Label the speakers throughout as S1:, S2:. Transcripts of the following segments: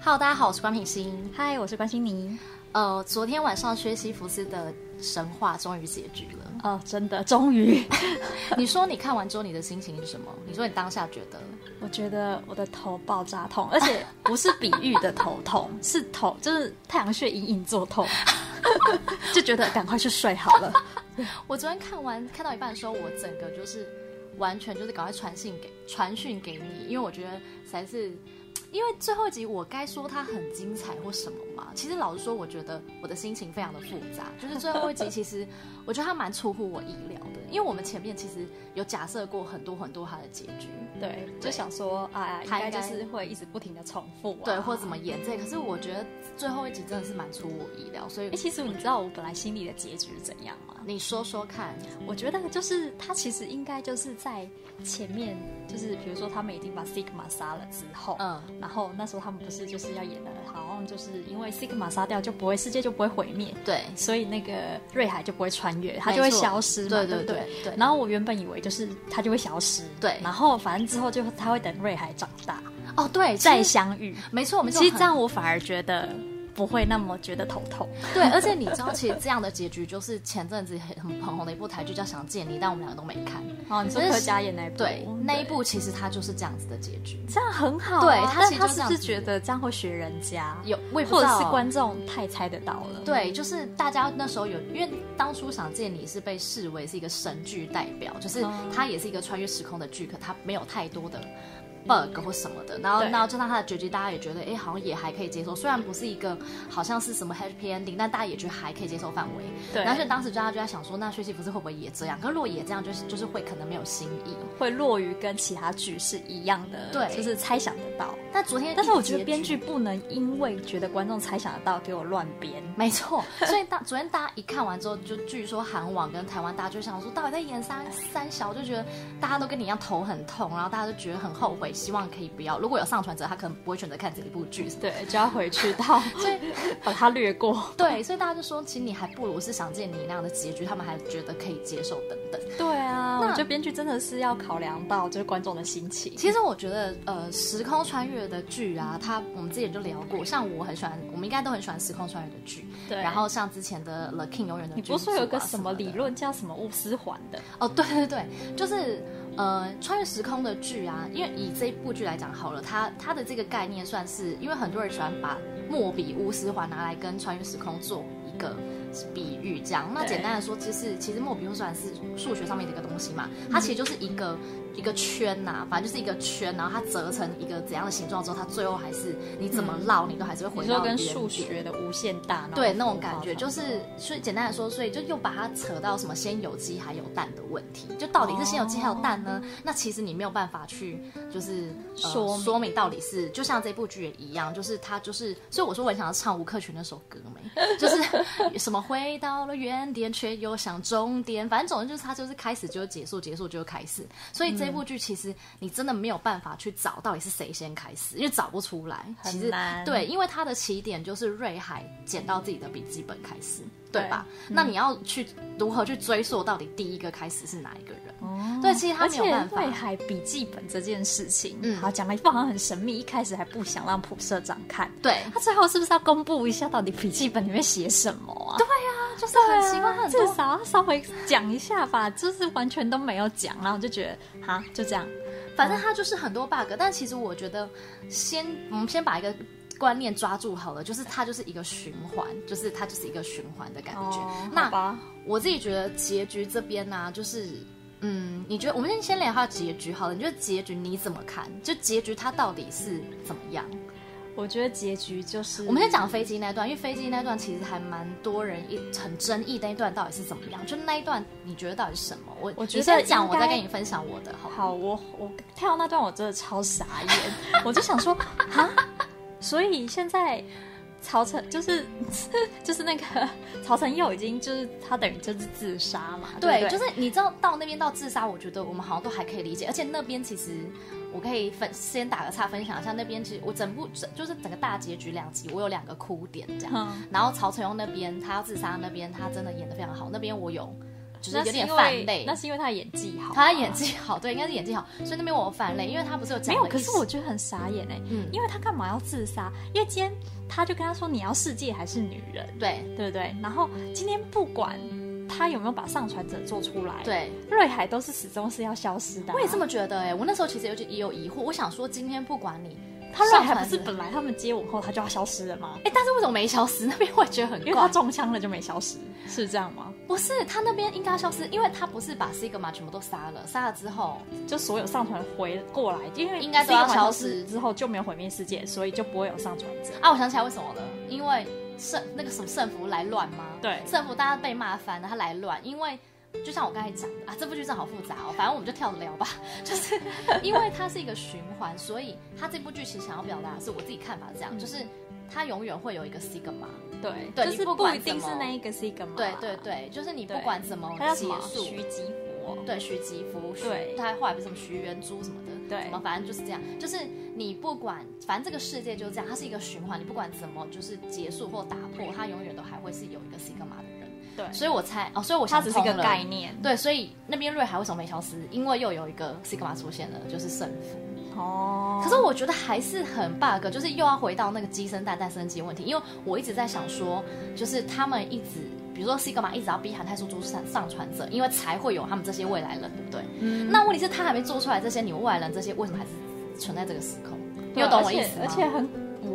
S1: Hello，大家好，我是关品欣。
S2: 嗨，我是关心妮。
S1: 呃，昨天晚上薛西弗斯的神话终于结局 了。
S2: 哦，真的，终于，
S1: 你说你看完之后你的心情是什么？你说你当下觉得
S2: 我觉得我的头爆炸痛，而且不是比喻的头 痛，是头就是太阳穴隐隐作 痛，就觉得赶快去睡好了。
S1: 我昨天看完看到一半的时候，我整个就是完全就是赶快传信给传讯给你，因为我觉得才是，因为最后一集我该说它很精彩或什么嘛。其实老实说，我觉得我的心情非常的复杂，就是最后一集其实我觉得它蛮出乎我意料的，因为我们前面其实有假设过很多很多它的结局，
S2: 对，
S1: 对
S2: 就想说啊，应
S1: 他
S2: 该
S1: 应该
S2: 就是会一直不停的重复啊，
S1: 对，或者怎么演这个。可是我觉得最后一集真的是蛮出我意料，所以
S2: 哎、其实你知道我本来心里的结局是怎样吗？
S1: 你说说看，
S2: 我觉得就是他其实应该就是在前面，就是比如说他们已经把 Sigma 杀了之后，
S1: 嗯，
S2: 然后那时候他们不是就是要演的，好像就是因为 Sigma 杀掉就不会世界就不会毁灭，
S1: 对，
S2: 所以那个瑞海就不会穿越，他就会消失嘛，
S1: 对
S2: 对
S1: 对
S2: 不
S1: 对对
S2: 然后我原本以为就是他就会消失，
S1: 对
S2: 然后反正之后就他会等瑞海长大
S1: 哦对，
S2: 再
S1: 在
S2: 相遇。
S1: 没错，我们
S2: 其实这样我反而觉得不会那么觉得头痛。
S1: 对，而且你知道，其实这样的结局就是前阵子很很很红的一部台剧叫《想见你》，但我们两个都没看。
S2: 哦，你说
S1: 就是
S2: 柯佳演那一部，
S1: 哦对，那一部其实它就是这样子的结局。
S2: 这样很好啊、
S1: 对他
S2: 但
S1: 其实
S2: 他
S1: 就是这样
S2: 不是
S1: 子
S2: 觉得这样会学人家？
S1: 有我也不
S2: 或
S1: 知
S2: 者
S1: 道
S2: 是观众太猜得到了？
S1: 对，就是大家那时候有，因为当初《想见你》是被视为是一个神剧代表，就是
S2: 嗯
S1: 它也是一个穿越时空的剧，可它没有太多的 bug 或什么的。然后，
S2: 对
S1: 然后就让它的结局，大家也觉得，哎，好像也还可以接受。虽然不是一个好像是什么 happy ending，但大家也觉得还可以接受范围。
S2: 对
S1: 然后，所以当时大家就在想说，那薛西弗斯会不会也这样？可是如果也这样，就是就是会可能没有新意。
S2: 会落于跟其他剧是一样的，
S1: 对
S2: 就是猜想得到。
S1: 但昨天，
S2: 但是我觉得编剧不能因为觉得观众猜想得到给我乱编。
S1: 没错，所以当昨天大家一看完之后，就据说韩网跟台湾大家就想说，到底在演三三小，就觉得大家都跟你一样头很痛，然后大家就觉得很后悔，希望可以不要。如果有上传者，他可能不会选择看这一部剧。
S2: 对，就要回去 到把它略过。
S1: 对，所以大家就说，其实你还不如是想见你那样的结局，他们还觉得可以接受等等。
S2: 对啊，
S1: 那
S2: 我觉得编剧真的是要考量到就是观众的心情。
S1: 其实我觉得，呃，时空穿越的剧啊，它我们之前就聊过，像我很喜欢，我们应该都很喜欢时空穿越的剧。
S2: 对
S1: 然后像之前的《The King 永远的
S2: 你
S1: 君主
S2: 不
S1: 啊
S2: 是说有个什么
S1: 的
S2: 理论叫什么物丝环的？
S1: 哦，对对对，就是呃，穿越时空的剧啊，因为以这一部剧来讲好了，它它的这个概念算是，因为很多人喜欢把莫比乌斯环拿来跟穿越时空做一个比喻，这样。那
S2: 对
S1: 简单的说，就是其实莫比乌斯环是数学上面的一个东西嘛，它
S2: 嗯
S1: 其实就是一个。一个圈呐、反正就是一个圈，然后它折成一个怎样的形状之后，它最后还是你怎么绕，你都还是会
S2: 嗯你
S1: 回
S2: 说
S1: 到
S2: 跟
S1: 原点
S2: 数学的无限大脑
S1: 对那种感觉，
S2: 化
S1: 就是所以简单来说，所以就又把它扯到什么先有鸡还有蛋的问题，就到底是先有鸡还有蛋呢？那其实你没有办法去就是、呃
S2: 哦说明
S1: 说明到底是，就像这部剧也一样，就是它就是，所以我说我很想要唱吴克群那首歌没，就是 什么回到了原点却又想终点，反正总之就是它就是开始就结束，结束就开始，所以
S2: 嗯
S1: 这部剧其实你真的没有办法去找到底是谁先开始，因为找不出来，
S2: 很
S1: 其实
S2: 难
S1: 对，因为它的起点就是瑞海捡到自己的笔记本开始，对吧？那
S2: 嗯
S1: 你要去如何去追溯到底第一个开始是哪一个人？
S2: 哦
S1: 对，其实他
S2: 而
S1: 没
S2: 且
S1: 有办法
S2: 瑞。海笔记本这件事情，
S1: 嗯
S2: 好讲了一副好像很神秘，一开始还不想让普社长看，
S1: 对，
S2: 他最后是不是要公布一下到底笔记本里面写什么啊？对，
S1: 就是很奇怪，很
S2: 至
S1: 多
S2: 少要稍微讲一下吧，就是完全都没有讲，然后我就觉得哈就这样，
S1: 反正它就是很多 bug，但其实我觉得先我们先把一个观念抓住好了，就是它就是一个循环，就是它就是一个循环的感觉。那
S2: 哦好吧，
S1: 我自己觉得结局这边呢、啊就是，嗯，你觉得我们先先聊一下结局好了。你觉得结局你怎么看？就结局它到底是怎么样？
S2: 我觉得结局就是
S1: 我们先讲飞机那段，因为飞机那段其实还蛮多人一很争议那一段到底是怎么样。就那一段你觉得到底是什么？我
S2: 我觉
S1: 你
S2: 得
S1: 先讲，我再
S2: 应该
S1: 跟你分享我的好不好。
S2: 好，我我看到那段我真的超傻眼， 我就想说啊，所以现在曹晨就是 就是那个 曹晨佑已经就是他等于就是自杀嘛，对
S1: 对，
S2: 不对，
S1: 就是你知道到那边到自杀，我觉得我们好像都还可以理解，而且那边其实我可以分先打个岔分享一下，那边其实我整部整就是整个大结局两集，我有两个哭点这样。
S2: 嗯
S1: 然后曹承庸那边他要自杀那边，他真的演的非常好，那边我有就是
S2: 那
S1: 有
S2: 是
S1: 点
S2: 因
S1: 泛
S2: 为
S1: 泪
S2: 那。是因为他演技好啊，
S1: 他演技好，对，应该是演技好，所以那边我泛泪，因为他不是有讲
S2: 没有，
S1: 了一
S2: 可是我觉得很傻眼哎、
S1: 嗯，
S2: 因为他干嘛要自杀？因为今天他就跟他说你要世界还是女人，
S1: 对
S2: 对不对？然后今天不管他有没有把上传者做出来，，
S1: 对，
S2: 瑞海都是始终是要消失的啊、
S1: 我也这么觉得哎、我那时候其实有也有疑惑，我想说今天不管你，
S2: 他瑞海
S1: 上传
S2: 不是
S1: 的
S2: 本来他们接吻后他就要消失了吗？
S1: 哎、但是为什么没消失？ 那边我也觉得很
S2: 因为他
S1: 怪。
S2: 中枪了就没消失，是这样吗？
S1: 不是他那边应该消失，因为他不是把 Sigma 全部都杀了，杀了之后，
S2: 就所有上传回过来，因为
S1: 应该都要
S2: Sigma
S1: 消
S2: 消
S1: 失
S2: 失之后就没有毁灭世界，所以就不会有上传者。
S1: 啊，我想起来为什么了，因为圣那个什么圣服来乱吗？
S2: 对
S1: 圣服大家被骂翻了，他来乱，因为就像我刚才讲的啊，这部剧真的好复杂哦，反正我们就跳着聊吧， 就是因为它是一个循环，所以它这部剧其实想要表达的是我自己看法是这样，
S2: 嗯啊
S1: 就是它永远会有一个 Sigma，
S2: 对，
S1: 对
S2: 就
S1: 你
S2: 是
S1: 不
S2: 不
S1: 管
S2: 一定
S1: 怎
S2: 是
S1: 么
S2: 那一个 Sigma。
S1: 对对，对，就是你不
S2: 对
S1: 管怎么
S2: 他叫什
S1: 结
S2: 么？
S1: 束，
S2: 徐吉福哦。
S1: 对徐吉福，徐
S2: 对
S1: 他后来不是什么徐元珠什么的，
S2: 对
S1: 什么反正就是这样，就是你不管，反正这个世界就是这样，它是一个循环，你不管怎么就是结束或打破，它永远都还会是有一个 sigma 的人，
S2: 对
S1: 所以我猜哦，所以我
S2: 它
S1: 想
S2: 只是一个
S1: 通了
S2: 概，念
S1: 对，所以那边瑞海为什么没消失？因为又有一个 sigma 出现了，就是胜负。
S2: 哦
S1: 可是我觉得还是很 bug，就是又要回到那个鸡生蛋蛋生鸡的问题，因为我一直在想说，就是他们一直，比如说 Sigma 一直要逼韩泰叔猪上上传者，因为才会有他们这些未来人，对不对？
S2: 嗯
S1: 那问题是他还没做出来这些，你未来人这些为什么还是存在这个时空？你有懂我意思吗？
S2: 啊而且而且很，啊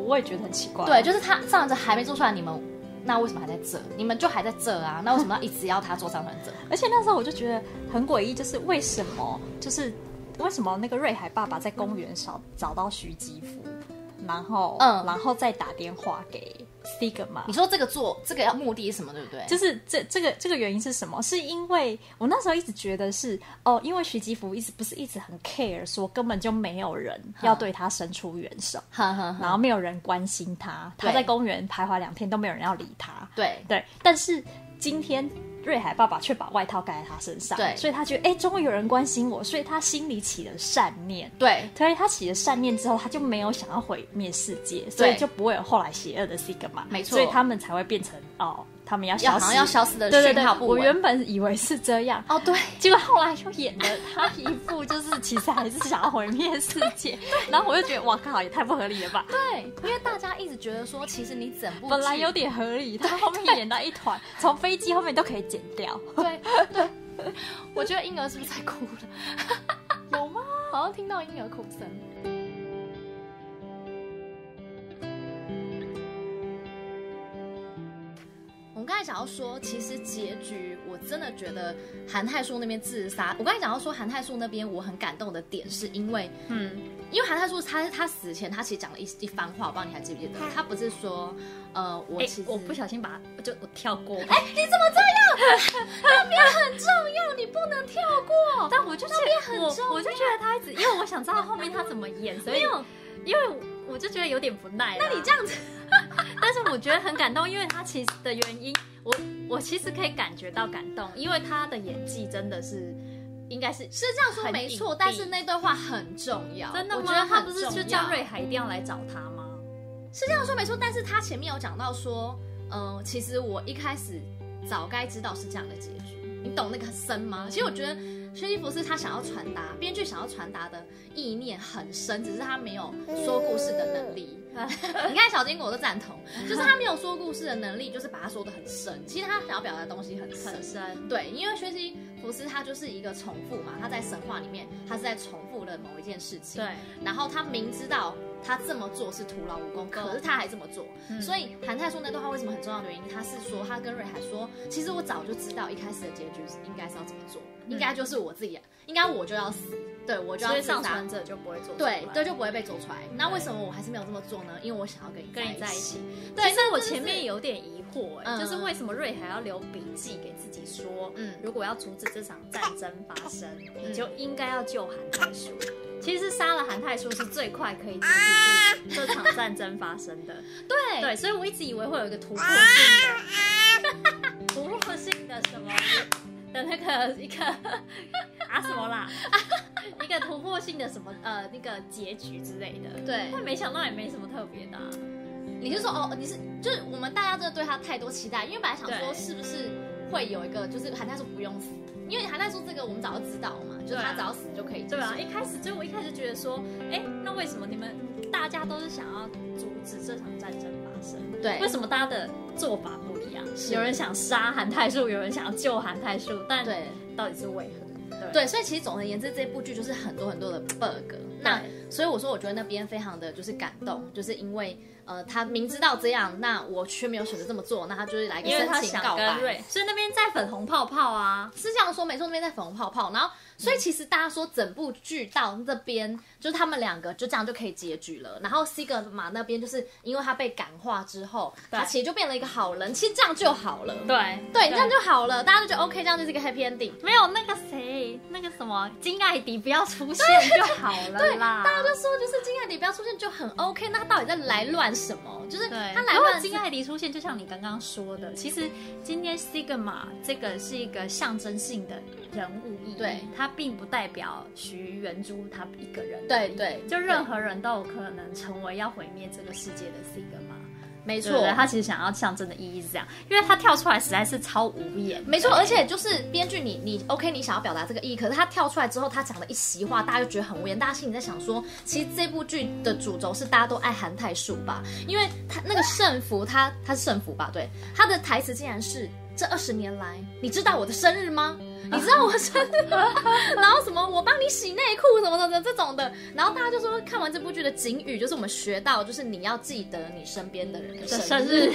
S2: 我也觉得很奇怪。
S1: 对，就是他上传者还没做出来，你们那为什么还在这？你们就还在这啊？那为什么要一直要他做上传 者？
S2: 而且那时候我就觉得很诡异，就是为什么，就是为什么那个瑞海爸爸在公园找找到徐吉福，然后
S1: 嗯
S2: 然后再打电话给 Sigma
S1: 你。说这个做这个要目的是什么，对不对？
S2: 就是这这个这个原因是什么？是因为我那时候一直觉得是哦，因为徐吉福一直不是一直很 care，说根本就没有人要对他伸出援手，
S1: 哈哈
S2: 然
S1: 哈，
S2: 后没有人关心他，
S1: 对
S2: 他在公园徘徊两天都没有人要理他。
S1: 对
S2: 对，但是今天瑞海爸爸却把外套盖在他身上，
S1: 对
S2: 所以他觉得哎，诶终于有人关心我，所以他心里起了善念。
S1: 对
S2: 所以他起了善念之后，他就没有想要毁灭世界，所以就不会有后来邪恶的 Sigma，
S1: 没错
S2: 所以他们才会变成哦，他们要
S1: 要
S2: 消
S1: 好
S2: 失，
S1: 像要消失的
S2: 对对
S1: 讯
S2: 对
S1: 号，不
S2: 我
S1: 稳。
S2: 原本以为是这样，
S1: 哦， 对，
S2: 结果后来又演了他一副就是其实还是想要毁灭世 界，然后我就觉得哇靠，也太不合理了吧。
S1: 对，因为大家一直觉得说，其实你整部
S2: 本来
S1: 剧
S2: 有点合理，他后面演到一团，从飞机后面都可以剪掉，
S1: 对 对，我觉得婴儿是不是在哭了？
S2: 有吗？
S1: 好像听到婴儿哭声。我们刚才讲到说，其实结局我真的觉得韩泰树那边自杀。我刚才讲到说韩泰树那边我很感动的点，是因为
S2: 嗯，
S1: 因为韩泰树他他死前他其实讲了一一番话，我不知道你还记不记得？他不是说呃我
S2: 哎
S1: 其实、，
S2: 我哎不小心把它就我跳过，
S1: 你怎么这样？那边很重要，你不能跳过。
S2: 但我就是
S1: 很
S2: 哦我
S1: 重
S2: 我就觉得他一直，因为我想知道后面他怎么 演，所以因为我就觉得有点不耐。那
S1: 你这样子，
S2: 但是我觉得很感动，因为他其实的原因，我我其实可以感觉到感动，因为他的演技真的是应该是
S1: 是这样说没错，
S2: 很隐蔽
S1: 但是那段话很重要。
S2: 真的
S1: 我
S2: 吗？
S1: 觉得
S2: 他
S1: 很
S2: 不
S1: 重
S2: 是
S1: 要。
S2: 就叫瑞海一定要来找他吗？
S1: 是这样说没错，但是他前面有讲到说，嗯、其实我一开始早该知道是这样的结局，你懂那个深吗？其实我觉得薛西弗斯他想要传达，编剧想要传达的意念很深，只是他没有说故事的能力。 你看小金果都赞同，就是他没有说故事的能力，就是把它说的很深。其实他想要表达的东西很深
S2: 很，深，
S1: 对，因为学习福斯他就是一个重复嘛，他在神话里面他是在重复了某一件事情，，
S2: 对，
S1: 然后他明知道他这么做是徒劳无功，可是他还这么做，所
S2: 以
S1: 以韩泰说那段话为什么很重要的原因，他是说他跟瑞海说，其实我早就知道一开始的结局是应该是要怎么做，
S2: 嗯
S1: 应该就是我自己，应该我就要死，对我就要
S2: 所以
S1: 自
S2: 上
S1: 杀
S2: 传。者就不会做出来
S1: 对，对，就不会被做出来。那为什么我还是没有这么做呢？因为我想要跟你
S2: 跟你在一起。
S1: 对，
S2: 其实我
S1: 这就是
S2: 前面有点疑惑、哎、
S1: 嗯
S2: 就是为什么瑞海要留笔记给自己说，
S1: 嗯
S2: 如果要阻止这场战争发生，你就应该要救韩泰叔。其实杀了韩泰叔是最快可以阻止这这场战争发生的。
S1: 啊 对啊
S2: 对，所以我一直以为会有一个突破性的、 突破性的什么的那个一个啊什么啦， 一个突破性的什么呃那个结局之类的。
S1: 对
S2: 但没想到也没什么特别的啊、
S1: 你是说哦，你是就是我们大家真的对他太多期待，因为本来想说
S2: 对
S1: 是不是会有一个就是韩泰说不用死，因为韩泰说这个我们早就知道嘛，就是他
S2: 对啊
S1: 只要死就可以结束。
S2: 对啊，一开始就我一开始觉得说，哎、那为什么你们大家都是想要阻止这场战争发生？
S1: 对
S2: 为什么大家的做法不一样？
S1: 是
S2: 有人想杀韩泰树，有人想要救韩泰树，但
S1: 对
S2: 到底是为何？对
S1: 对，所以其实总而言之，这部剧就是很多很多的 bug。那所以我说，我觉得那边非常的就是感动，就是因为呃，他明知道这样，那我却没有选择这么做，那他就是来个
S2: 因为他
S1: 深情
S2: 想
S1: 告
S2: 跟
S1: 白。
S2: 瑞，所以那边在粉红泡泡啊，
S1: 是这样说没错，那边在粉红泡泡，然后所以其实大家说整部剧到这边，就是他们两个就这样就可以结局了。然后西格玛那边就是因为他被感化之后，
S2: 对
S1: 他其实就变了一个好人，其实这样就好了，
S2: 对
S1: 对，这样就好了，大家就觉得 OK，这样就是一个 happy ending。
S2: 没有那个谁，那个什么金艾迪不要出现就好了啦。嗯
S1: 大家就说就是金爱迪不要出现就很 OK，那他到底在来乱什么？就是
S2: 对，
S1: 他来
S2: 如果
S1: 乱是
S2: 金艾迪出现，就像你刚刚说的，其实今天 Sigma 这个是一个象征性的人物意义，
S1: 对
S2: 它并不代表徐元珠他一个人，
S1: 对对
S2: 就任何人都有可能成为要毁灭这个世界的 Sigma。
S1: 没
S2: 对不
S1: 错
S2: 对，他其实想要象征的意义是这样，因为他跳出来实在是超无言。
S1: 没错，而且就是编剧你你 OK，你想要表达这个意义，可是他跳出来之后，他讲的一席话，大家就觉得很无言。大家心里在想说，其实这部剧的主轴是大家都爱韩泰树吧，因为他那个胜福，他他是胜福吧？对，他的台词竟然是这二十年来，你知道我的生日吗？你知道我生日吗？然后什么我帮你洗内裤什么什么这种的，然后大家就说看完这部剧的警语就是我们学到，就是你要记得你身边的人的
S2: 的
S1: 嗯生
S2: 生
S1: 日，
S2: 日，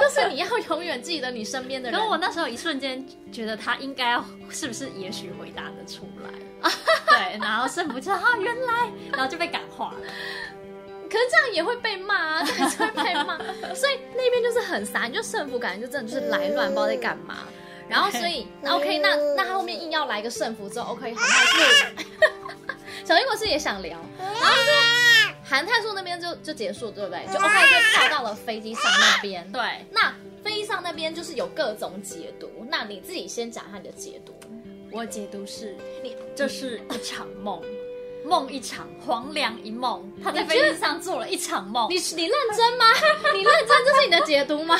S1: 就是你要永远记得你身边的人。
S2: 然后我那时候一瞬间觉得他应该是不是也许回答得出来， 对，然后圣母就啊原来，然后就被感化了。
S1: 可是这样也会被骂啊，这个是会被骂，所以那边就是很傻，你就胜负感，就真的就是来乱，不知道在干嘛。然后所以那 OK，那那他后面硬要来一个胜负之后，OK，韩泰树， 小英博士也想聊，然后就是韩泰树那边就就结束，对不对？就 OK 就跳到了飞机上那边。
S2: 对，
S1: 那飞机上那边就是有各种解读，那你自己先讲一下你的解读。
S2: 我解读是，
S1: 你
S2: 这是一场梦，梦一场，黄粱一梦。他在飞机上做了一场梦
S1: 你，你认真吗？ 你认真这是你的解读吗？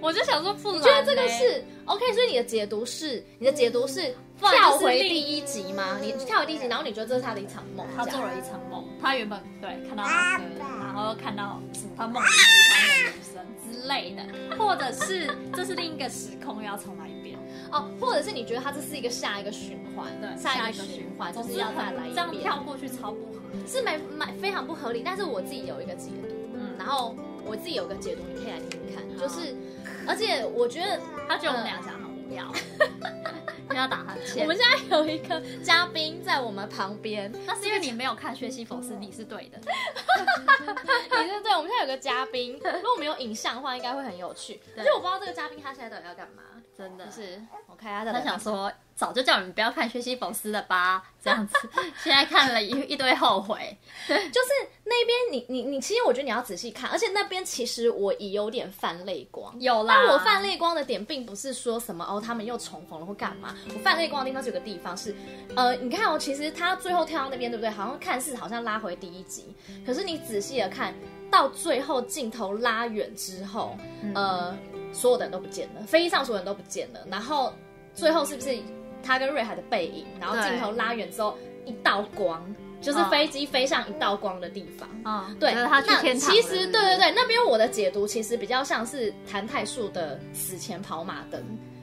S2: 我就想说不然
S1: 觉得这个
S2: 嘞
S1: 是 OK，所以你的解读是，你的解读是
S2: 不然就是
S1: 跳回第一集吗？你跳回第一集，然后你觉得这是他的一场梦，
S2: 他
S1: 这样
S2: 做了一场梦，他原本啊对看到他哥，然后看到什么他梦里是他的女生之类的，或者是这是另一个时空，又要重来一遍。
S1: 哦，或者是你觉得他这是一个下一个循环，
S2: 对，
S1: 下一个循环就
S2: 总
S1: 是
S2: 之
S1: 要再来一
S2: 这样
S1: 遍，
S2: 跳过去超不合理。
S1: 是蛮蛮非常不合理。但是我自己有一个解读，
S2: 嗯，
S1: 然后我自己有个解读，你可以来听听看，就是。而且我觉得
S2: 他觉得我们俩讲很无 聊，不要打哈 欠。
S1: 我们现在有一个嘉宾在我们旁边，
S2: 那是因为你没有看《学习否斯》，你是对的。
S1: 你是 对，我们现在有个嘉宾，如果我们有影像的话，应该会很有趣。而
S2: 对
S1: 且我不知道这个嘉宾他现在到底要干嘛，
S2: 真的
S1: 就是我看他到底
S2: 他
S1: 要干嘛
S2: 想说，早就叫你们不要看《学习否斯》了吧，这样子。 现在看了一一堆后悔。
S1: 就是那边你你你，其实我觉得你要仔细看，而且那边其实我也有点泛泪光。
S2: 有啦，
S1: 但我犯泪光的点并不是说什么哦，他们又重逢了或干嘛。我犯泪光的地方是有个地方是，呃，你看哦，其实他最后跳到那边，对不对？好像看似好像拉回第一集，可是你仔细的看到最后镜头拉远之后，
S2: 嗯
S1: 呃，所有的人都不见了，飞机上所有人都不见了，然后最后是不是他跟瑞海的背影，然后
S2: 对
S1: 镜头拉远之后一道光，就是
S2: 嗯
S1: 飞机飞上一道光的地方。
S2: 嗯，
S1: 对，
S2: 就是他去
S1: 那
S2: 天堂
S1: 其
S2: 了。
S1: 实对对对，那边我的解读其实比较像是谭泰树的死前跑马灯，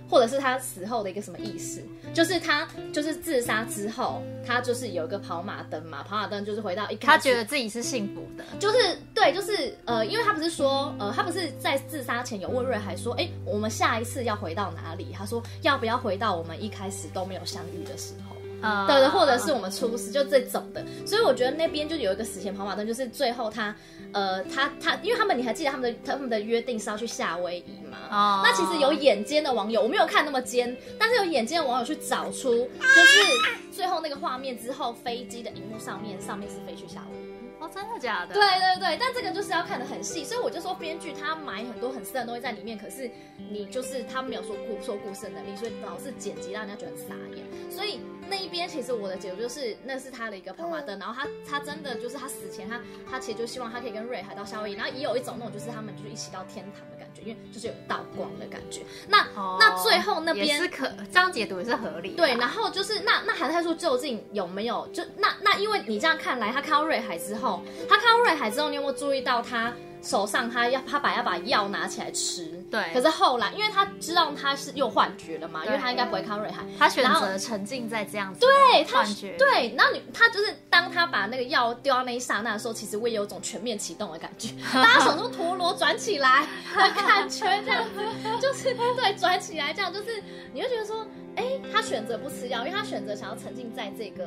S1: 或者是他死后的一个什么意识，就是他就是自杀之后，他就是有一个跑马灯嘛，跑马灯就是回到一开
S2: 他
S1: 始，
S2: 觉得自己是幸福的。
S1: 就是对，就是呃，因为他不是说呃，他不是在自杀前有问瑞海说，哎，我们下一次要回到哪里？他说要不要回到我们一开始都没有相遇的时候。
S2: 嗯
S1: 对对，或者是我们出事就这种的，所以我觉得那边就有一个死前跑马灯，就是最后他，呃，他他，因为他们你还记得他们的他们的约定是要去夏威夷吗？
S2: 哦
S1: 那其实有眼尖的网友，我没有看那么尖，但是有眼尖的网友去找出，就是最后那个画面之后，飞机的荧幕上面上面是飞去夏威夷。
S2: 哦，真的假的？
S1: 对对对，但这个就是要看得很细，所以我就说编剧他埋很多很深的东西在里面，可是你就是他没有说故说故事的能力，所以老是剪辑让人家觉得很傻眼。所以那一一边其实我的解读就是，那是他的一个跑马
S2: 嗯
S1: 灯，然后他他真的就是他死前他他其实就希望他可以跟瑞海到夏威夷，然后也有一种那种就是他们就是一起到天堂的感觉，因为就是有道光的感觉。那、
S2: 哦
S1: 那最后那
S2: 也
S1: 边
S2: 是可这样解读也是合理的。
S1: 对，然后就是那那韩泰树究竟有没有就那那因为你这样看来，他看到瑞海之后，他看到瑞海之后，你有没有注意到他手上他要他把要把药拿起来吃？
S2: 对
S1: 可是后来，因为他知道他是又幻觉了嘛，因为
S2: 对
S1: 他应该不会看到瑞海，
S2: 他选
S1: 然后
S2: 择沉浸在这样子
S1: 对
S2: 的
S1: 他
S2: 幻觉，
S1: 对，那你他就是当他把那个药丢到那一刹那的时候，其实我也有种全面启动的感 觉，大家手都陀螺转起来的感觉，这样子就是对转起来，这样就是你会觉得说，哎、他选择不吃药，因为他选择想要沉浸在这个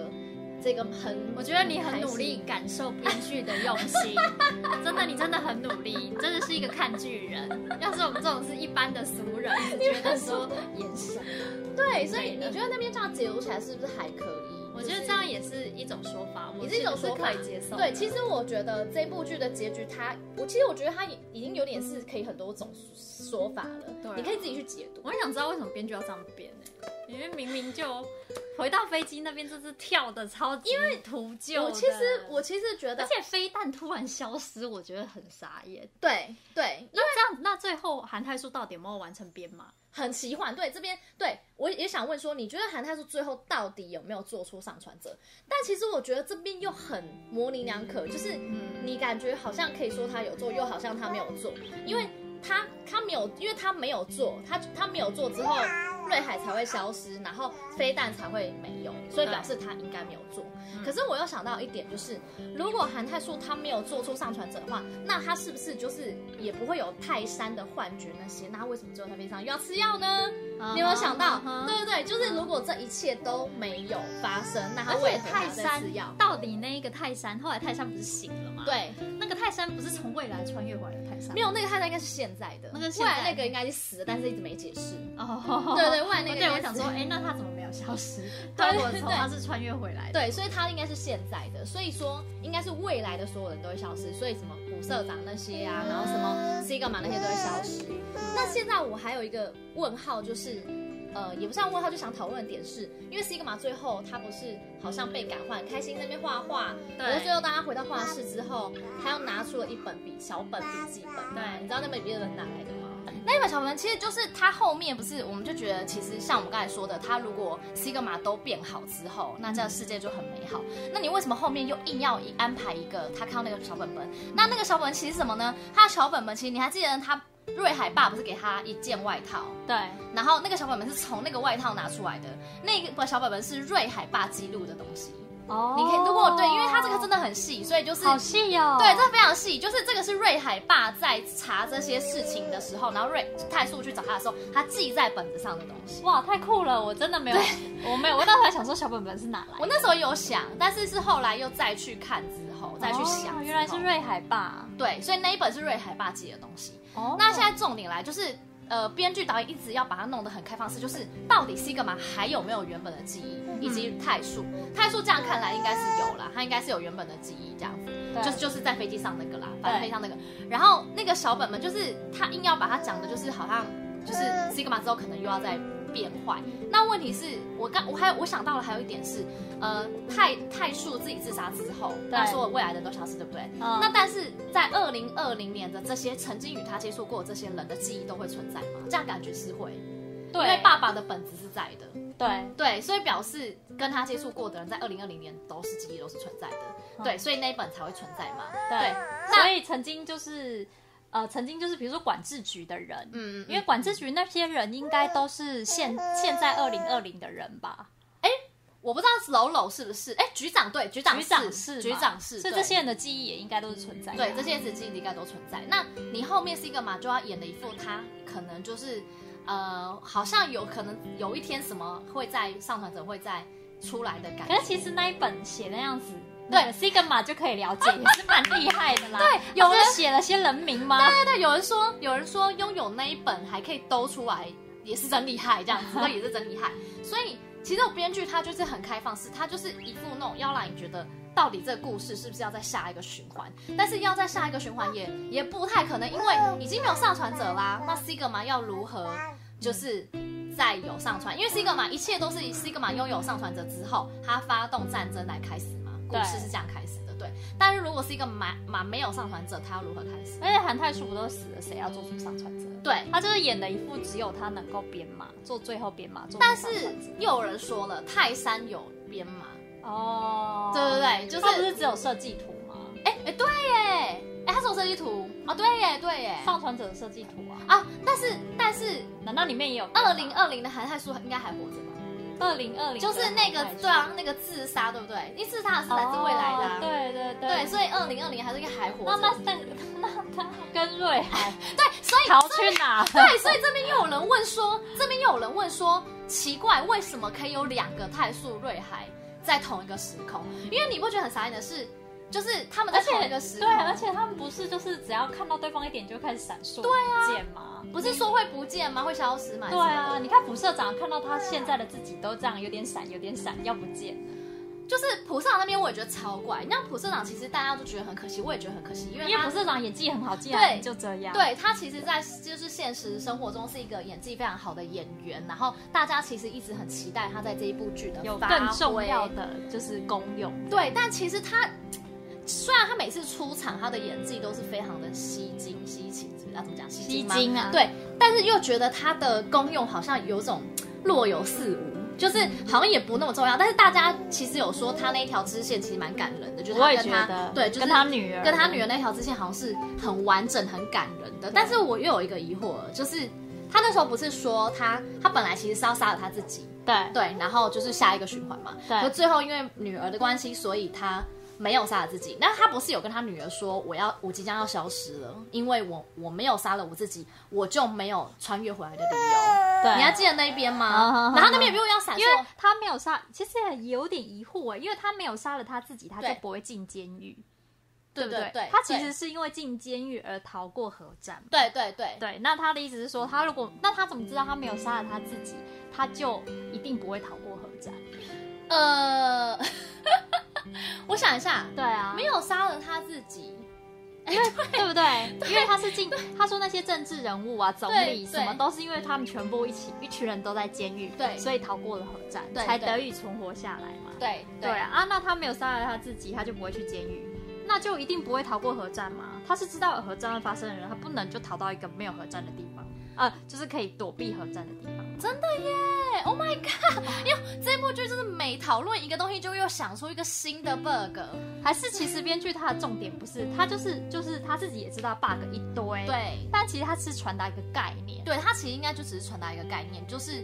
S1: 这个很，
S2: 我觉得你很努力感受编剧的用 心，真的，你真的很努力，你真的是一个看剧人。要是我们这种是一般的俗人，只觉得说眼神，
S1: 对，所以你觉得那边这样解读起来是不是还可以？
S2: 我觉
S1: 就
S2: 得
S1: 是
S2: 这样也是一种说法，我
S1: 也是一种说法
S2: 是可以接受的。
S1: 对，其实我觉得这部剧的结局它，我其实我觉得它已已经有点是可以很多种说法了，
S2: 对啊
S1: 你可以自己去解读。
S2: 我很想知道为什么编剧要这样编呢、因为明明就回到飞机那边，这是跳的超级因为图旧的。
S1: 我其实我其实觉得
S2: 而且飞弹突然消失，我觉得很傻眼。
S1: 对对，啊
S2: 那这样子，那最后韩泰树到底有没有完成编码？
S1: 很奇幻。对，这边对我也想问说，你觉得韩泰树最后到底有没有做出上传者？但其实我觉得这边又很模棱两可，就是你感觉好像可以说他有做，又好像他没有做，因为他他没有，因为他没有做，他他没有做之后，瑞海才会消失，然后飞弹才会没有，所以表示他应该没有做。可是我又想到一点，就是如果韩泰树他没有做出上传者的话，那他是不是就是也不会有泰山的幻觉那些？那他为什么最后他飞上又要吃药呢？你有没有想到？
S2: 嗯哼
S1: 对啊对对，就是如果这一切都没有发生，那他
S2: 而
S1: 为
S2: 且
S1: 何还
S2: 泰
S1: 要再
S2: 山
S1: 吃药？
S2: 到底那一个泰山，后来泰山不是醒了吗？，
S1: 对，
S2: 那个泰山不是从未来穿越回来的泰山，
S1: 没有那个泰山应该是现在的，
S2: 那个是
S1: 未
S2: 现在的
S1: 来那个应该是死了，但是一直没解释。
S2: 哦，
S1: 对对，未来那个应
S2: 对，
S1: 该
S2: 我
S1: 是
S2: 想说，哎，那他怎么没有消失？
S1: 对
S2: 对，我从
S1: 对
S2: 他是穿越回来的，
S1: 对，所以他应该是现在的，所以说应该是未来的所有人都会消失，所以什么古社长那些啊，然后什么 Sigma 那些都会消失。那现在我还有一个问号，就是呃，也不算问号，就想讨论的点是，因为 Sigma 最后他不是好像被改换，开心那边画画，
S2: 对
S1: 可是最后当他回到画室之后，他又拿出了一本笔小本笔记本，
S2: 对
S1: 你知道那本笔记本哪来的吗？那一本小本其实就是他后面不是，我们就觉得其实像我们刚才说的，他如果 Sigma 都变好之后，那这个世界就很美好。那你为什么后面又硬要一安排一个他看到那个小本本？那那个小本本其实是什么呢？他的小本本其实你还记得他瑞海爸不是给他一件外套，
S2: 对，
S1: 然后那个小本本是从那个外套拿出来的，那个小本本是瑞海爸记录的东西。
S2: 哦
S1: 你可以如果对，因为他这个真的很细，所以就是
S2: 好细哦，
S1: 对，这非常细，就是这个是瑞海爸在查这些事情的时候，然后瑞泰树去找他的时候，他记在本子上的东西。
S2: 哇，太酷了，我真的没有，我没有，我那时候还想说小本本是哪来的
S1: 我，那时候有想，但是是后来又再去看之后，再去想之后、
S2: 哦原来是瑞海吧？
S1: 对，所以那一本是瑞海爸记的东西。
S2: 哦
S1: 那现在重点来就是，呃，编剧导演一直要把它弄得很开放式，就是到底西格玛还有没有原本的记忆，
S2: 嗯
S1: 以及泰树，泰树这样看来应该是有啦，他应该是有原本的记忆这样子，
S2: 对
S1: 就是就是在飞机上那个啦，反正
S2: 对
S1: 飞机上那个，然后那个小本本就是他硬要把它讲的，就是好像就是
S2: 嗯
S1: 西格玛之后可能又要再变坏，那问题是我刚我还有我想到了还有一点是，呃，泰泰树自己自杀之后，他说未来的人都消失，对不对？
S2: 嗯
S1: 那但是在二零二零年的这些曾经与他接触过的这些人的记忆都会存在吗？这样感觉是会，因为
S2: 对
S1: 爸爸的本质是在的，
S2: 对，
S1: 对，所以表示跟他接触过的人在二零二零年都是记忆都是存在的，
S2: 嗯
S1: 对，所以那一本才会存在嘛，
S2: 对
S1: 对，
S2: 所以曾经就是呃，曾经就是比如说管制局的人，
S1: 嗯，
S2: 因为管制局那些人应该都是现现在二零二零的人吧，
S1: 我不知道楼楼是不是，哎，局长对，局长
S2: 局长是
S1: 局长是，
S2: 所以
S1: 对嗯
S2: 这些人的记忆也应该都是存在的。
S1: 对，这些事情应该都存在。那你后面是一个嘛，就要演的一副他可能就是呃，好像有可能有一天什么会在上传者会在出来的感觉。
S2: 可是其实那一本写那样子。
S1: 对
S2: 对，Sigma 就可以 了解，也是蛮厉害的啦。
S1: 对有
S2: 有
S1: 人
S2: 人写了些人名吗？
S1: 对对，有人说有人说拥有那一本还可以兜出来，也是真厉害，这样子，那也是真厉害。所以其实我编剧他就是很开放式，他就是一副那种要让你觉得。到底这个故事是不是要在下一个循环？但是要在下一个循环也也不太可能，因为已经没有上传者啦。那 Sigma 要如何就是在有上传，因为 Sigma 一切都是 Sigma 拥有上传者之后，他发动战争来开始嘛，故
S2: 对
S1: 事是这样开始的，对。但是如果 Sigma 马没有上传者，他要如何开始？
S2: 而且韩泰洙不都死了，谁要做出上传者？
S1: 对，
S2: 他就是演的一副只有他能够编码，做最后编码，做
S1: 但
S2: 出上
S1: 是
S2: 传者
S1: 又有人说了，泰山有编码，
S2: 哦，
S1: 对对对，就
S2: 他不
S1: 是
S2: 是只有设计图吗？
S1: 哎哎对耶，哎他是有设计图哦，对耶对耶
S2: 上传者的设计图啊？
S1: 啊，但是但是
S2: 难道里面也有
S1: 二零二零的韩泰书应该还活着吧？
S2: 二零二零？
S1: 就是那个对啊，那个自杀对不对？因为自杀是来自未来的、啊
S2: 哦对对对
S1: 对，所以二零二零还是应该还活着。
S2: 那那那那他 跟瑞海
S1: 对，所以
S2: 逃去哪？
S1: 对，所以这边又有人问说，这边又有人问说，奇怪，为什么可以有两个泰素瑞海在同一个时空？因为你不觉得很傻眼的是，就是他们在
S2: 而且
S1: 同一个时
S2: 对，
S1: 空，
S2: 而且他们不是就是只要看到对方一点就开始闪烁对啊剑吗？
S1: 不是说会不见吗？会消失吗？
S2: 对啊，，你看朴社长看到他现在的自己都这样，有点闪，有点闪，要不见了，
S1: 就是普社长那边我也觉得超怪。那普社长其实大家都觉得很可惜，我也觉得很可惜，因为
S2: 因为啊
S1: 他
S2: 朴社长演技很好，竟
S1: 啊对
S2: 然就这样。
S1: 对他其实在，就是现实生活中是一个演技非常好的演员，然后大家其实一直很期待他在这一部剧的
S2: 有
S1: 发
S2: 更
S1: 挥
S2: 重要的就是功用，
S1: 对，但其实他虽然他每次出场，他的演技都是非常的吸睛、吸睛，是不是？要怎么讲？吸睛吗？
S2: 啊，
S1: 对，但是又觉得他的功用好像有种嗯若有似无，就是好像也不那么重要。但是大家其实有说他那条支线其实蛮感人的，就是
S2: 我
S1: 他
S2: 也
S1: 跟
S2: 觉
S1: 他
S2: 得，
S1: 对，就是
S2: 跟他女儿，
S1: 跟他女儿那条支线好像是很完整、很感人的。但是我又有一个疑惑，就是他那时候不是说他他本来其实是要杀了他自己，
S2: 对
S1: 对，然后就是下一个循环嘛。
S2: 对
S1: 可最后因为女儿的关系，所以他没有杀了自己。那他不是有跟他女儿说，我要我即将要消失了，因为我我没有杀了我自己，我就没有穿越回来的理由。
S2: 对，
S1: 你还记得那一边
S2: 啊哈
S1: 吗？
S2: 哈
S1: 然后那边也不用要闪
S2: 因为
S1: 烁。
S2: 他没有杀，其实也有点疑惑哎，因为他没有杀了他自己，他就
S1: 对
S2: 不会进监狱，
S1: 对
S2: 不
S1: 对，
S2: 他其实是因为进监狱而逃过核战。
S1: 对对对
S2: 对，那他的意思是说，他如果那他怎么知道他没有杀了他自己，他就一定不会逃过核战？
S1: 呃， 我想一下，
S2: 对啊，
S1: 没有杀了他自己，
S2: 对不对？ 因为他是进，他说那些政治人物啊、总理
S1: 对
S2: 什么都是因为他们全部一起一群人都在监狱，
S1: 对
S2: 所以逃过了核战，
S1: 对
S2: 才
S1: 对
S2: 得以存活下来嘛。
S1: 对
S2: 对啊，啊那他没有杀了他自己，他就不会去监狱，那就一定不会逃过核战嘛。他是知道有核战会发生的人，他不能就逃到一个没有核战的地方，呃，就是可以躲避核战的地方。
S1: 对，Oh my god！因为这部剧就是每讨论一个东西，就又想出一个新的 bug。
S2: 还是其实编剧他的重点不是他就是就是他自己也知道 bug 一堆，，
S1: 对，
S2: 但其实他是传达一个概念，
S1: 对，它其实应该就只是传达一个概念，就是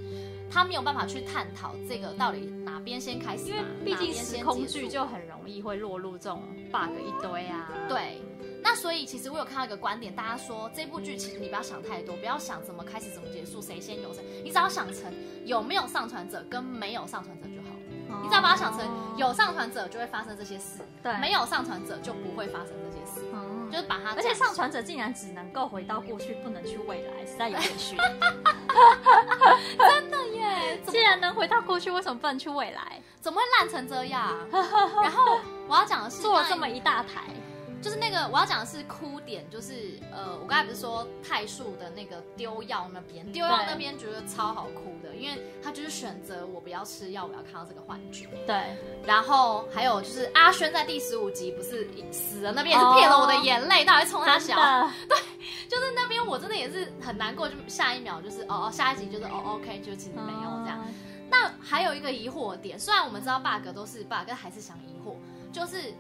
S1: 他没有办法去探讨这个到底哪边先开始
S2: 因
S1: 嘛，
S2: 为毕
S1: 哪
S2: 竟
S1: 边
S2: 时
S1: 先
S2: 空
S1: 结
S2: 剧
S1: 束
S2: 就很容易会落入这种 bug 一堆啊。，
S1: 对。那所以其实我有看到一个观点，大家说这部剧其实你不要想太多，不要想怎么开始怎么结束，谁先有谁，你只要想成有没有上传者跟没有上传者就好了。你只要把它想成有上传者就会发生这些事，
S2: 哦对
S1: 没有上传者就不会发生这些事，
S2: 嗯
S1: 就是把它
S2: 而
S1: 这
S2: 且
S1: 样
S2: 上传者竟然只能够回到过去，不能去未来，实在有点 虚。
S1: 耶，怎么
S2: 既然能回到过去，为什么不能去未来？
S1: 怎么会烂成这 样？然后我要讲的是
S2: 做了
S1: 刚才
S2: 这么一大台，
S1: 就是那个我要讲的是哭点，就是呃，我刚才不是说泰树的那个丢药那
S2: 嗯
S1: 边，丢药那边觉得超好哭的，因为他就是选择我不要吃药，我要看到这个幻觉。
S2: 对，
S1: 然后还有就是阿轩在第十五集不是死了，那边也是骗了我的眼泪，到底冲他
S2: 真
S1: 小？
S2: 的，
S1: 就是那边我真的也是很难过，就下一秒就是哦哦，下一集就是哦 OK，就其实没有这样。
S2: 嗯。
S1: 那还有一个疑惑点，虽然我们知道 bug 都是 bug，但还是想疑惑，就是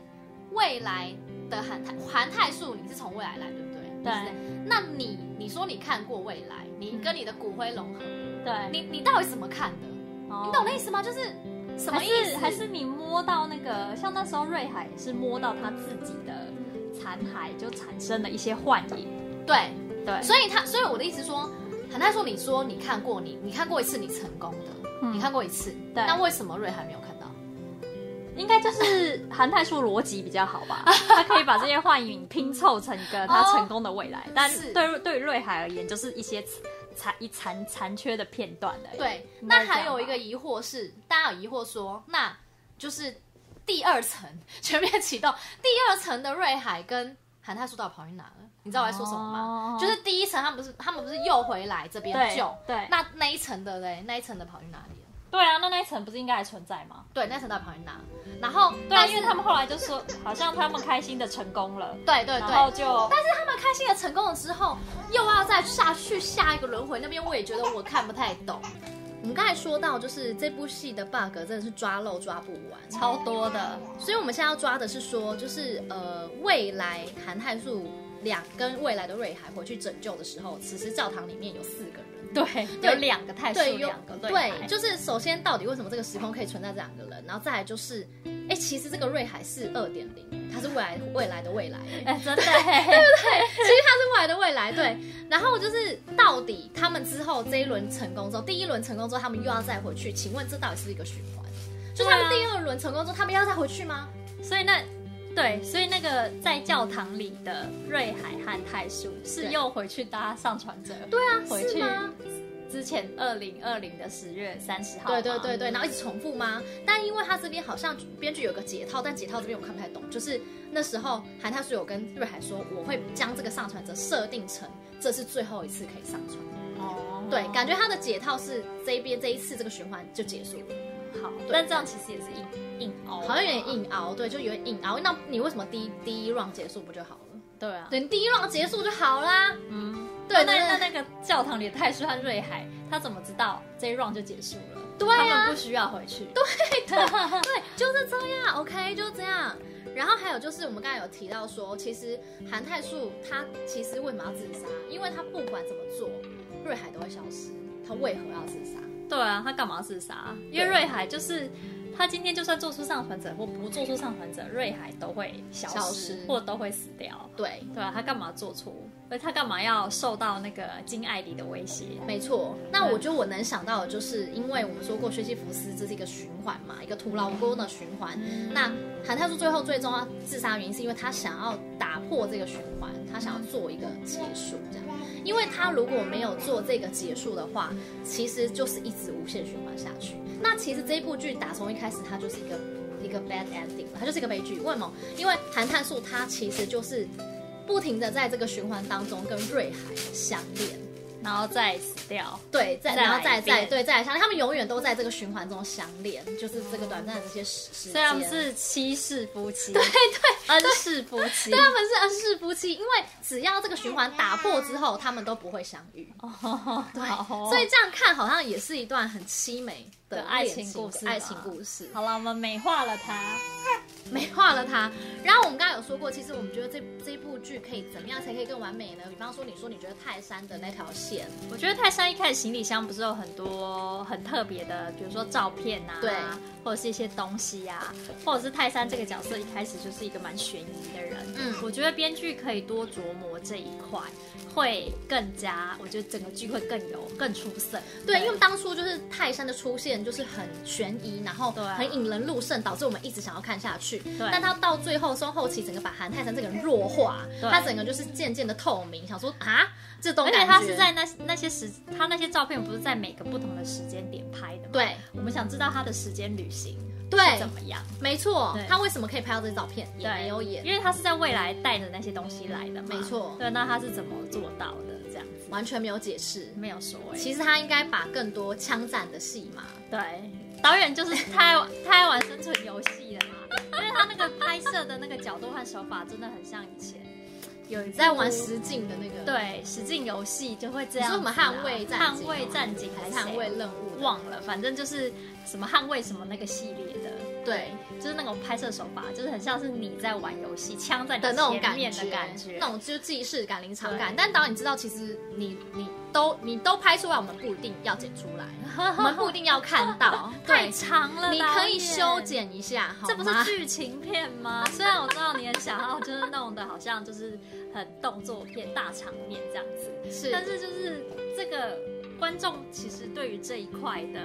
S1: 未来的韩泰韩泰树，你是从未来来，对不对？
S2: 对
S1: 就是那你你说你看过未来，你跟你的骨灰融合，
S2: 对，
S1: 你你到底怎么看的？
S2: 嗯你
S1: 你懂那意思吗？就是什么
S2: 哦还
S1: 意
S2: 是
S1: 思？
S2: 还是你摸到那个，像那时候瑞海也是摸到他自己的残骸，就产生了一些幻影。
S1: 对，
S2: 对，
S1: 所以他所以我的意思说，韩泰树，你说你看过你你看过一次你成功的，
S2: 嗯
S1: 你看过一次，
S2: 对
S1: 那为什么瑞还没有看到？
S2: 应该就是韩泰树逻辑比较好 吧，他可以把这些幻影拼凑成一个他
S3: 哦
S2: 成功的未来。但
S1: 是
S2: 对对于瑞海而言，就是一些残一残残缺的片段
S4: 哎
S2: 而已。
S1: 对，
S2: 应该
S1: 那
S2: 是这样
S1: 还有一个疑惑是，大家有疑惑说， 那就是第二层全面启动，第二层的瑞海跟
S3: 韩泰树到底跑去哪了？你知道我在说什么吗？
S4: 哦
S3: 就是第一层他们不是他们不是又回来这边
S4: 对
S3: 救，
S4: 对
S3: 那那一层的嘞，那一层的跑去哪里了？
S4: 对啊，那那一层不是应该还存在吗？
S3: 对，那一层到底跑去哪？然后
S4: 对啊，
S3: 但是
S4: 因为他们后来就说，好像他们开心的成功了，
S3: 对对
S4: 然后
S3: 对，
S4: 就
S3: 但是他们开心的成功了之后，又要再下去下一个轮回那边，我也觉得我看不太懂。
S1: 我们刚才说到，就是这部戏的 bug 真的是抓漏抓不完，
S2: 超多的，
S1: 所以我们现在要抓的是说，就是呃，未来韩泰树两跟未来的瑞海回去拯救的时候，此时教堂里面有四个人。
S2: 对，有两个太
S1: 对，
S2: 树，
S1: 有
S2: 两个 对
S1: 对，就是首先到底为什么这个时空可以存在这两个人，然后再来就是，哎，其实这个瑞海是二点零，它是未来未来的未来，哎
S2: 哎，真的，
S1: 其
S2: 对
S1: 实它是未来的未来，对。然后就是到底他们之后这一轮成功之后，第一轮成功之后，他们又要再回去，请问这到底是不是一个循环？就他们第二轮成功之后，他们要再回去吗？
S2: 所以那对，所以那个在教堂里的瑞海和太叔是
S1: 对
S2: 又回去搭上船者，
S1: 对啊，
S2: 回
S1: 是
S2: 去
S1: 吗？
S2: 之前二零二零的十月三十号嘛，
S1: 对对对对，然后一直重复吗？但因为他这边好像编剧有个解套，但解套这边我看不太懂。就是那时候韩泰树有跟瑞海说，我会将这个上传者设定成这是最后一次可以上传。
S2: 哦，
S1: 对，感觉他的解套是这一边这一次这个循环就结束了。
S2: 好，
S1: 对
S2: 但这样其实也是硬硬凹，
S1: 好像有点，硬熬，对，就有点硬熬。那你为什么第一第一 round 结束不就好了？
S2: 对啊，
S1: 对，你第一 round 结束就好啦。
S2: 嗯，
S1: 对，
S2: 那那
S1: 对
S2: 那个教堂里的太叔和瑞海，他怎么知道这一 round 就结束了？
S1: 对啊
S2: 他们不需要回去，对，
S1: 对，就是这样，OK，就这样。然后还有就是，我们刚才有提到说，其实韩泰树他其实为什么要自杀？因为他不管怎么做，瑞海都会消失。他为何要自杀？
S2: 对啊，他干嘛自杀？因
S1: 对
S2: 为瑞海就是。他今天就算做出上传者或不做出上传者，瑞海都会消
S1: 消
S2: 失
S1: 失
S2: 或都会死掉。
S1: 对，
S2: 对啊，他干嘛做错？而他干嘛要受到那个金爱里的威胁？
S1: 没错。那我觉得我能想到的就是，因为我们说过学习福斯这是一个循环嘛，一个徒劳无功的循环。那韩泰树最后最终要自杀的原因，是因为他想要打破这个循环，他想要做一个结束，这样。因为他如果没有做这个结束的话，其实就是一直无限循环下去。那其实这部剧打从一开始，它就是一个一个 bad ending，它就是一个悲剧。为什么？因为韩泰树他其实就是不停的在这个循环当中跟瑞海相恋。
S2: 然后再死掉。
S1: 对，再
S2: 再
S1: 然后
S2: 来
S1: 再
S2: 一
S1: 再
S2: 遍
S1: 对再来相恋，他们永远都在这个循环中相恋，就是这个短暂的这些时时
S2: 虽然
S1: 间
S2: 是七世夫妻，对对，恩世夫妻
S1: 对，，他啊们是恩师夫妻，因为只要这个循环打破之后，他们都不会相遇。
S2: 对，哦好哦
S1: 所以这样看，好像也是一段很凄美的
S2: 的爱
S1: 恋
S2: 情故事
S1: 爱
S2: 吧
S1: 情故事。啊
S2: 好了，我们美化了他。
S1: 美化了它。然后我们刚刚有说过，其实我们觉得这这部剧可以怎么样才可以更完美呢？比方说，你说你觉得泰山的那条线，
S2: 我觉得泰山一开始行李箱不是有很多很特别的，比如说照片啊，
S1: 对，
S2: 或者是一些东西啊，或者是泰山这个角色一开始就是一个蛮悬疑的人。
S1: 嗯
S2: 我觉得编剧可以多琢磨这一块，会更加，我觉得整个剧会更有更出色。
S1: 对，因为我们当初就是泰山的出现就是很悬疑，然后
S2: 对啊
S1: 很引人入胜，导致我们一直想要看下去。
S2: 对
S1: 但他到最后中后期，整个把韩泰山这个人弱化，
S2: 对
S1: 他整个就是渐渐的透明，想说啊，这种
S2: 而
S1: 感
S2: 且
S1: 觉
S2: 他是在那那些时，他那些照片不是在每个不同的时间点拍的吗？，
S1: 对
S2: 我们想知道他的时间旅行是
S1: 对
S2: 怎么样，
S1: 没错
S2: 对，
S1: 他为什么可以拍到这些照片也
S2: 对
S1: 没有演，
S2: 因为他是在未来带着那些东西来的嘛。
S1: 没错
S2: 对，那他是怎么做到的？这样子
S1: 完全没有解释。
S2: 没有说、欸。
S1: 其实他应该把更多枪战的戏码，
S2: 对，导演就是太爱玩太爱玩生存游戏了嘛，因为他那个拍摄的那个角度和手法真的很像以前有一
S1: 在玩
S2: 部
S1: 实境的那个，，
S2: 对实境游戏就会这
S1: 你
S2: 样、啊。
S1: 说我们捍卫战
S2: 捍
S1: 警
S2: 卫
S1: 吗
S2: 战警还是
S1: 捍
S2: 谁
S1: 卫任务的，
S2: 忘了，反正就是什么捍卫什么那个系列的，
S1: 对
S2: 就是那种拍摄手法，就是很像是你在玩游戏，枪在你
S1: 的那种
S2: 前
S1: 感
S2: 面
S1: 觉，
S2: 的感觉，
S1: 那种就是既视感、临场
S2: 对
S1: 感。但导演知道，其实你你都你都拍出来，我们不一定要剪出来，我们不一定要看到，
S2: 太
S1: 对，
S2: 长了，
S1: 你
S2: 导
S1: 可以
S2: 演
S1: 修。剪一下，好
S2: 这不
S1: 吗
S2: 是剧情片吗？虽然我知道你很想要，就是弄得好像就是很动作片、大场面这样子，但
S1: 是
S2: 是就是这个观众其实对于这一块的，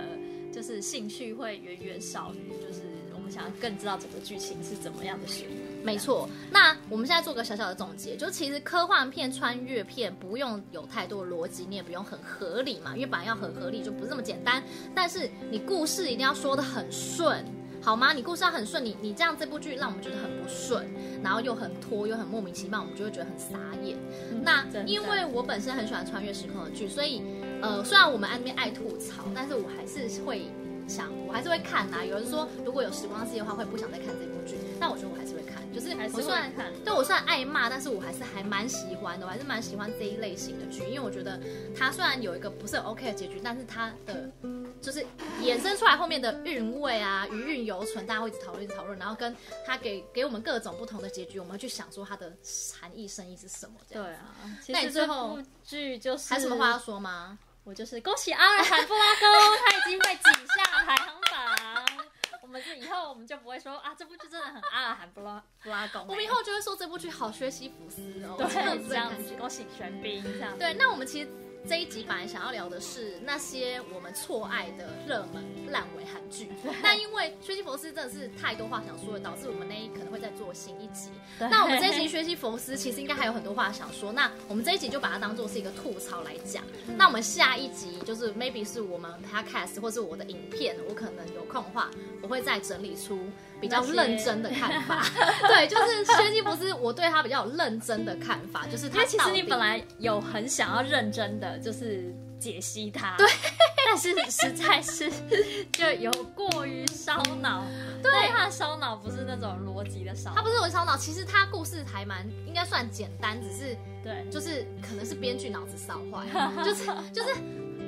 S2: 就是兴趣会远远少于，就是我们想要更知道整个剧情是怎么样的悬疑。
S1: 没错。那我们现在做个小小的总结，就其实科幻片、穿越片不用有太多逻辑，你也不用很合理嘛，因为本来要很合理就不是那么简单。但是你故事一定要说的很顺。好吗？你故事要很顺，你你这样这部剧让我们觉得很不顺，然后又很拖，又很莫名其妙，我们就会觉得很傻眼。那
S2: 嗯真的
S1: 因为我本身很喜欢穿越时空的剧，所以呃，虽然我们那边爱吐槽，但是我还是会想，我还是会看啦、有人说如果有时光机的话，会不想再看这部剧，但我觉得我还是会看，就是
S5: 还是
S1: 我
S5: 会
S1: 虽然
S5: 看。
S1: 对我虽然爱骂，但是我还是还蛮喜欢的，我还是蛮喜欢这一类型的剧，因为我觉得它虽然有一个不是很 OK 的结局，但是它的就是衍生出来后面的韵味啊，余韵犹存，大家会一直讨论，一直讨论，然后跟它给给我们各种不同的结局，我们会去想说它的含义深意是什么，这
S2: 对
S1: 样。
S2: 啊，
S1: 那你
S2: 其实
S1: 最
S2: 这
S1: 后
S2: 部剧就是
S1: 还有什么话要说吗？
S2: 我就是恭喜阿尔罕布拉宫，他已经被挤下排行榜。我们是以后我们就不会说啊，这部剧真的很阿尔罕布拉布拉宫欸。
S1: 我们以后就会说这部剧好学习福斯哦，
S2: 对这
S1: 这样
S2: 样子，恭喜玄彬这样。
S1: 对，那我们其实这一集本来想要聊的是那些我们错爱的热门烂尾韩剧，但因为《学习佛斯》真的是太多话想说了，导致我们那一可能会再做新一集。
S2: 对
S1: 那我们这一集《学习佛斯》其实应该还有很多话想说，那我们这一集就把它当做是一个吐槽来讲。
S2: 嗯
S1: 那我们下一集就是 maybe 是我们 podcast 或是我的影片，我可能有空的话，我会再整理出比较
S2: 那些
S1: 认真的看法。 对，就是《学习佛斯》，我对他比较有认真的看法，就是
S2: 因
S1: 他
S2: 为其
S1: 到
S2: 实你
S1: 底
S2: 本来有很想要认真的，就是解析它，对，但是实在是就有过于烧脑，对，它的烧脑不是那种逻辑的烧
S1: 他
S2: 脑，
S1: 不是我烧脑，其实他故事还蛮应该算简单，只是
S2: 对，
S1: 就是可能是编剧脑子烧 坏，就是就是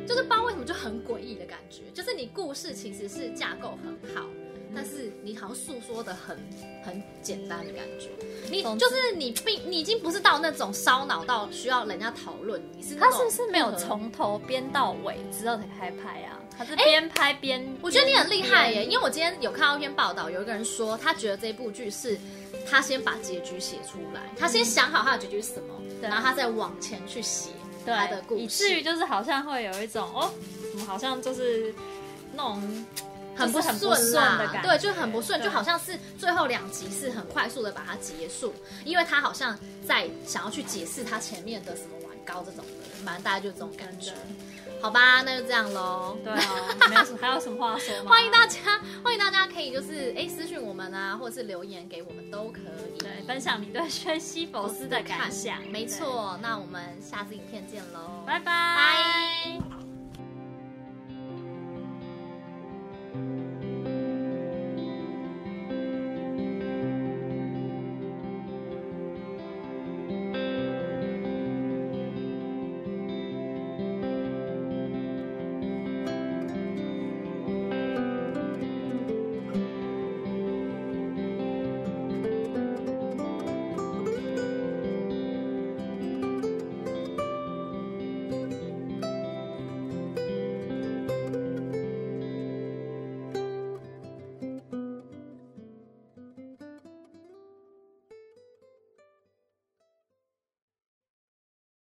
S1: 就是不知道为什么就很诡异的感觉，就是你故事其实是架构很好，但是你好像诉说的很很简单的感觉，你
S2: 总之
S1: 就是你并你已经不是到那种烧脑到需要人家讨论，你是那
S2: 他
S1: 种嗯
S2: 是不是没有
S1: 任何
S2: 从头编到尾之后才开拍啊？他是边拍边，
S1: 哎我觉得你很厉害耶，因为我今天有看到一篇报道，有一个人说他觉得这部剧是他先把结局写出来，他先想好他的结局是什么，
S2: 嗯对
S1: 然后他再往前去写他的
S2: 对，
S1: 故
S2: 以至
S1: 事
S2: 于，就是好像会有一种哦，怎么好像就是那种
S1: 很不
S2: 就是很不
S1: 顺
S2: 顺
S1: 啦
S2: 的感觉
S1: 对，就很不顺，
S2: 对
S1: 就好像是最后两集是很快速的把它结束，因为他好像在想要去解释他前面的什么玩高这种的，反正大家就这种感觉
S2: 真的。
S1: 好吧，那就这样喽。
S2: 嗯对啊，没有什么还有什么话说吗？
S1: 欢迎大家，欢迎大家可以就是哎私讯我们啊，或者是留言给我们都可以。
S2: 对分享你对薛西佛斯的感想，
S1: 没错，那我们下次影片见喽，
S2: 对，拜拜。